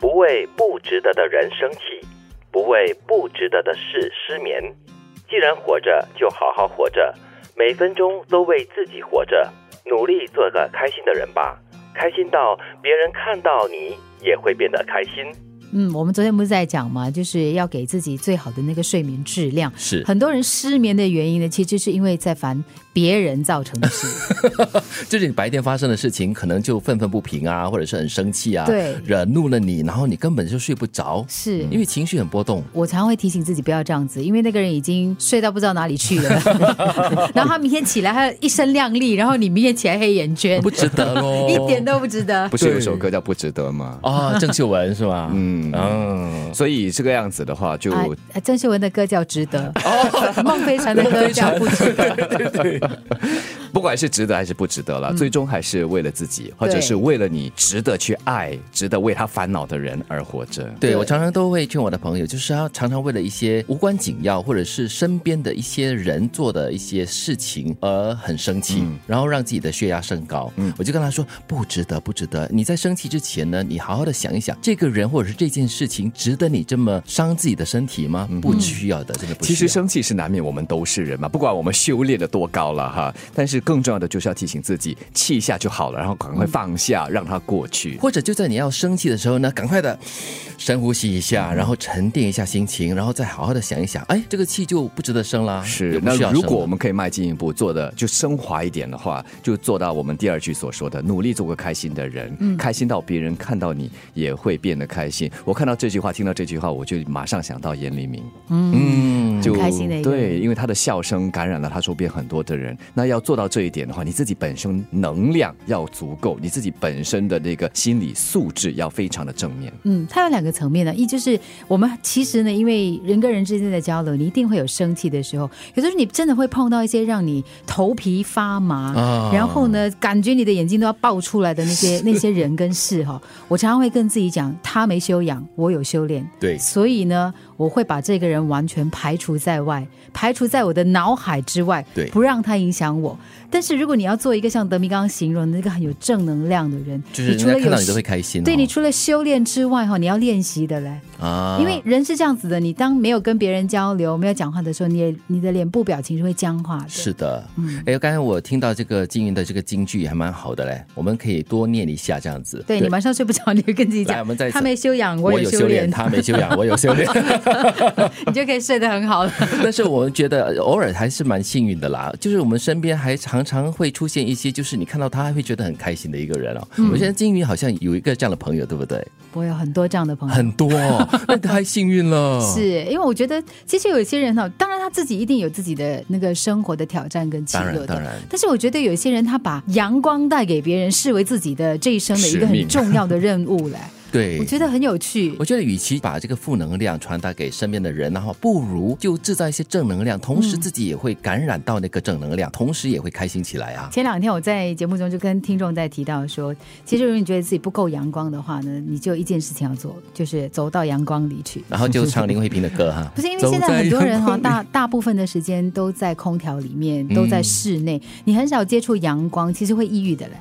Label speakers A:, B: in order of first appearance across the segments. A: 不为不值得的人生气，不为不值得的事失眠。既然活着，就好好活着，每分钟都为自己活着，努力做个开心的人吧。开心到别人看到你也会变得开心。
B: 嗯，我们昨天不是在讲嘛，就是要给自己最好的那个睡眠质量。
C: 是
B: 很多人失眠的原因呢，其实就是因为在烦别人造成的 事。
C: 就是你白天发生的事情，可能就愤愤不平啊，或者是很生气啊，
B: 对
C: 惹怒了你，然后你根本就睡不着，
B: 是
C: 因为情绪很波动。
B: 我常会提醒自己不要这样子，因为那个人已经睡到不知道哪里去 了。然后他明天起来，他一身靓丽，然后你明天起来黑眼圈
C: 不，值得喽，
B: 一点都不值得。
D: 不是有首歌叫《不值得》吗？
C: 啊，郑秀文是吧？嗯嗯，
D: 所以这个样子的话，就
B: 啊，
C: 哎
B: 啊郑秀文的歌叫《值得》，
C: 哦
B: 孟非传的歌叫《不值得》。
D: 不管是值得还是不值得
C: 嗯
D: 了，最终还是为了自己，或者是为了你值得去爱、值得为他烦恼的人而活着。
C: 对
B: 对
C: 我常常都会劝我的朋友，就是要常常为了一些无关紧要，或者是身边的一些人做的一些事情而很生气，
D: 嗯
C: 然后让自己的血压升高。我就跟他说不值得，不值得。你在生气之前呢，你好好的想一想，这个人或者是这件事情值得你这么伤自己的身体吗？不需要的，真的不需
D: 嗯其
C: 要。
D: 实生气是难免，我们都是人嘛，不管我们修炼的多高了哈，但是更重要的就是要提醒自己，气一下就好了，然后赶快放下，让它过去。
C: 或者就在你要生气的时候呢，赶快的深呼吸一下，
D: 嗯
C: 然后沉淀一下心情，然后再好好的想一想，哎，这个气就不值得生啦，也
D: 是，
C: 不
D: 那
C: 需要生
D: 如
C: 了
D: 果我们可以迈进一步，做的就升华一点的话，就做到我们第二句所说的，努力做个开心的人，
B: 嗯
D: 开心到别人看到你也会变得开心。我看到这句话，听到这句话，我就马上想到严黎明，
C: 嗯，
D: 就
B: 开心的一个人
D: 对，因为他的笑声感染了他周边很多的人。那要做到这一点的话，你自己本身能量要足够，你自己本身的那个心理素质要非常的正面。
B: 嗯，它有两个层面呢，一就是我们其实呢，因为人跟人之间的交流，你一定会有生气的时候，有时候你真的会碰到一些让你头皮发麻，
C: 啊
B: 然后呢，感觉你的眼睛都要爆出来的那 些那些人跟事哈，我常常会跟自己讲，他没修养，我有修炼，
C: 对
B: 所以呢，我会把这个人完全排除在外，排除在我的脑海之外，
C: 对
B: 不让他影响我。但是如果你要做一个像德明刚刚形容的那个很有正能量的人，
C: 就是
B: 你除了
C: 人
B: 有
C: 家看到你都会开心哦、
B: 对你除了修炼之外，哈，你要练习的嘞，
C: 啊，
B: 因为人是这样子的，你当没有跟别人交流、没有讲话的时候，你也你的脸部表情是会僵化的。
C: 是的，
B: 嗯
C: 哎，刚才我听到这个金云的这个京剧还蛮好的嘞，我们可以多念一下这样子。
B: 对你晚上睡不着，你就跟自己
C: 来
B: 讲
C: 我们再，
B: 他没修养，我
C: 有
B: 修
C: 炼，他没修养，我有修炼。
B: 你就可以睡得很 好了。
C: 但是我们觉得偶尔还是蛮幸运的啦，就是我们身边还常常会出现一些，就是你看到他还会觉得很开心的一个人哦。
B: 嗯
C: 我现在金云好像有一个这样的朋友，对不对？
B: 我有很多这样的朋友。
C: 很哦多、 哦，那太幸运了。
B: 是因为我觉得，其实有些人哈，当然他自己一定有自己的那个生活的挑战跟起落
C: 当然当
B: 的
C: 然。
B: 但是我觉得有些人他把阳光带给别人，视为自己的这一生的一个
D: 使
B: 很
D: 命
B: 重要的任务嘞。
C: 对，
B: 我觉得很有趣。
C: 我觉得，与其把这个负能量传达给身边的人，然后不如就制造一些正能量，同时自己也会感染到那个正能量，同时也会开心起 来啊。
B: 前两天我在节目中就跟听众在提到说，其实如果你觉得自己不够阳光的话呢，你就有一件事情要做，就是走到阳光里去。，
C: 然后就唱林慧萍的歌哈嗯
B: 不是因为现在很多人哈，大大部分的时间都在空调里面，都在室内，你很少接触阳光，其实会抑郁的嘞。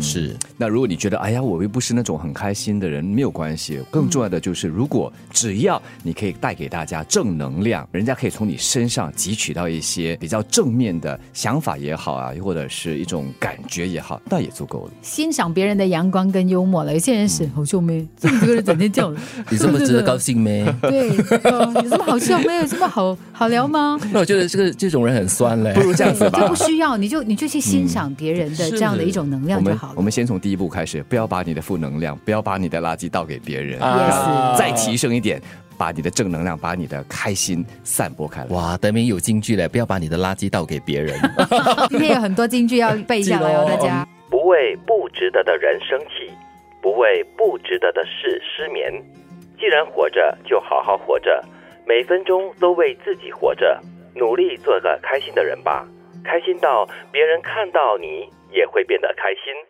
C: 是
D: 那如果你觉得哎呀，我又不是那种很开心的人，没有关系。更重要的就是，如果只要你可以带给大家正能量，人家可以从你身上汲取到一些比较正面的想法也好啊，或者是一种感觉也好，那也足够了。
B: 欣赏别人的阳光跟幽默了，有些人是好笑咩？这么这个人整天叫人，
C: 你这么值得高兴咩？
B: 对，呃有什么好笑没有？有什么好好聊吗？
C: 那我觉得这个这种人很酸嘞。
D: 不 如这样子
B: 对，就
D: 吧
B: 不。需要，你就你就去欣赏别人的
C: 是
B: 这样的一种能
D: 我
B: 量就
D: 们
B: 好了
D: 我。们先从第一步开始，不要把你的负能量，不要把你的垃圾倒给别
B: 啊
D: 人，
B: Yes
D: 再提升一点，把你的正能量，把你的开心散播开来。
C: 哇，德明有金句嘞，不要把你的垃圾倒给别人。
B: 今天有很多金句要背下来哦，
C: 记
B: 大
C: 咯
B: 家。
A: 不为不值得的人生气，不为不值得的事失眠。既然活着，就好好活着，每分钟都为自己活着，努力做个开心的人吧。开心到别人看到你也会变得开心。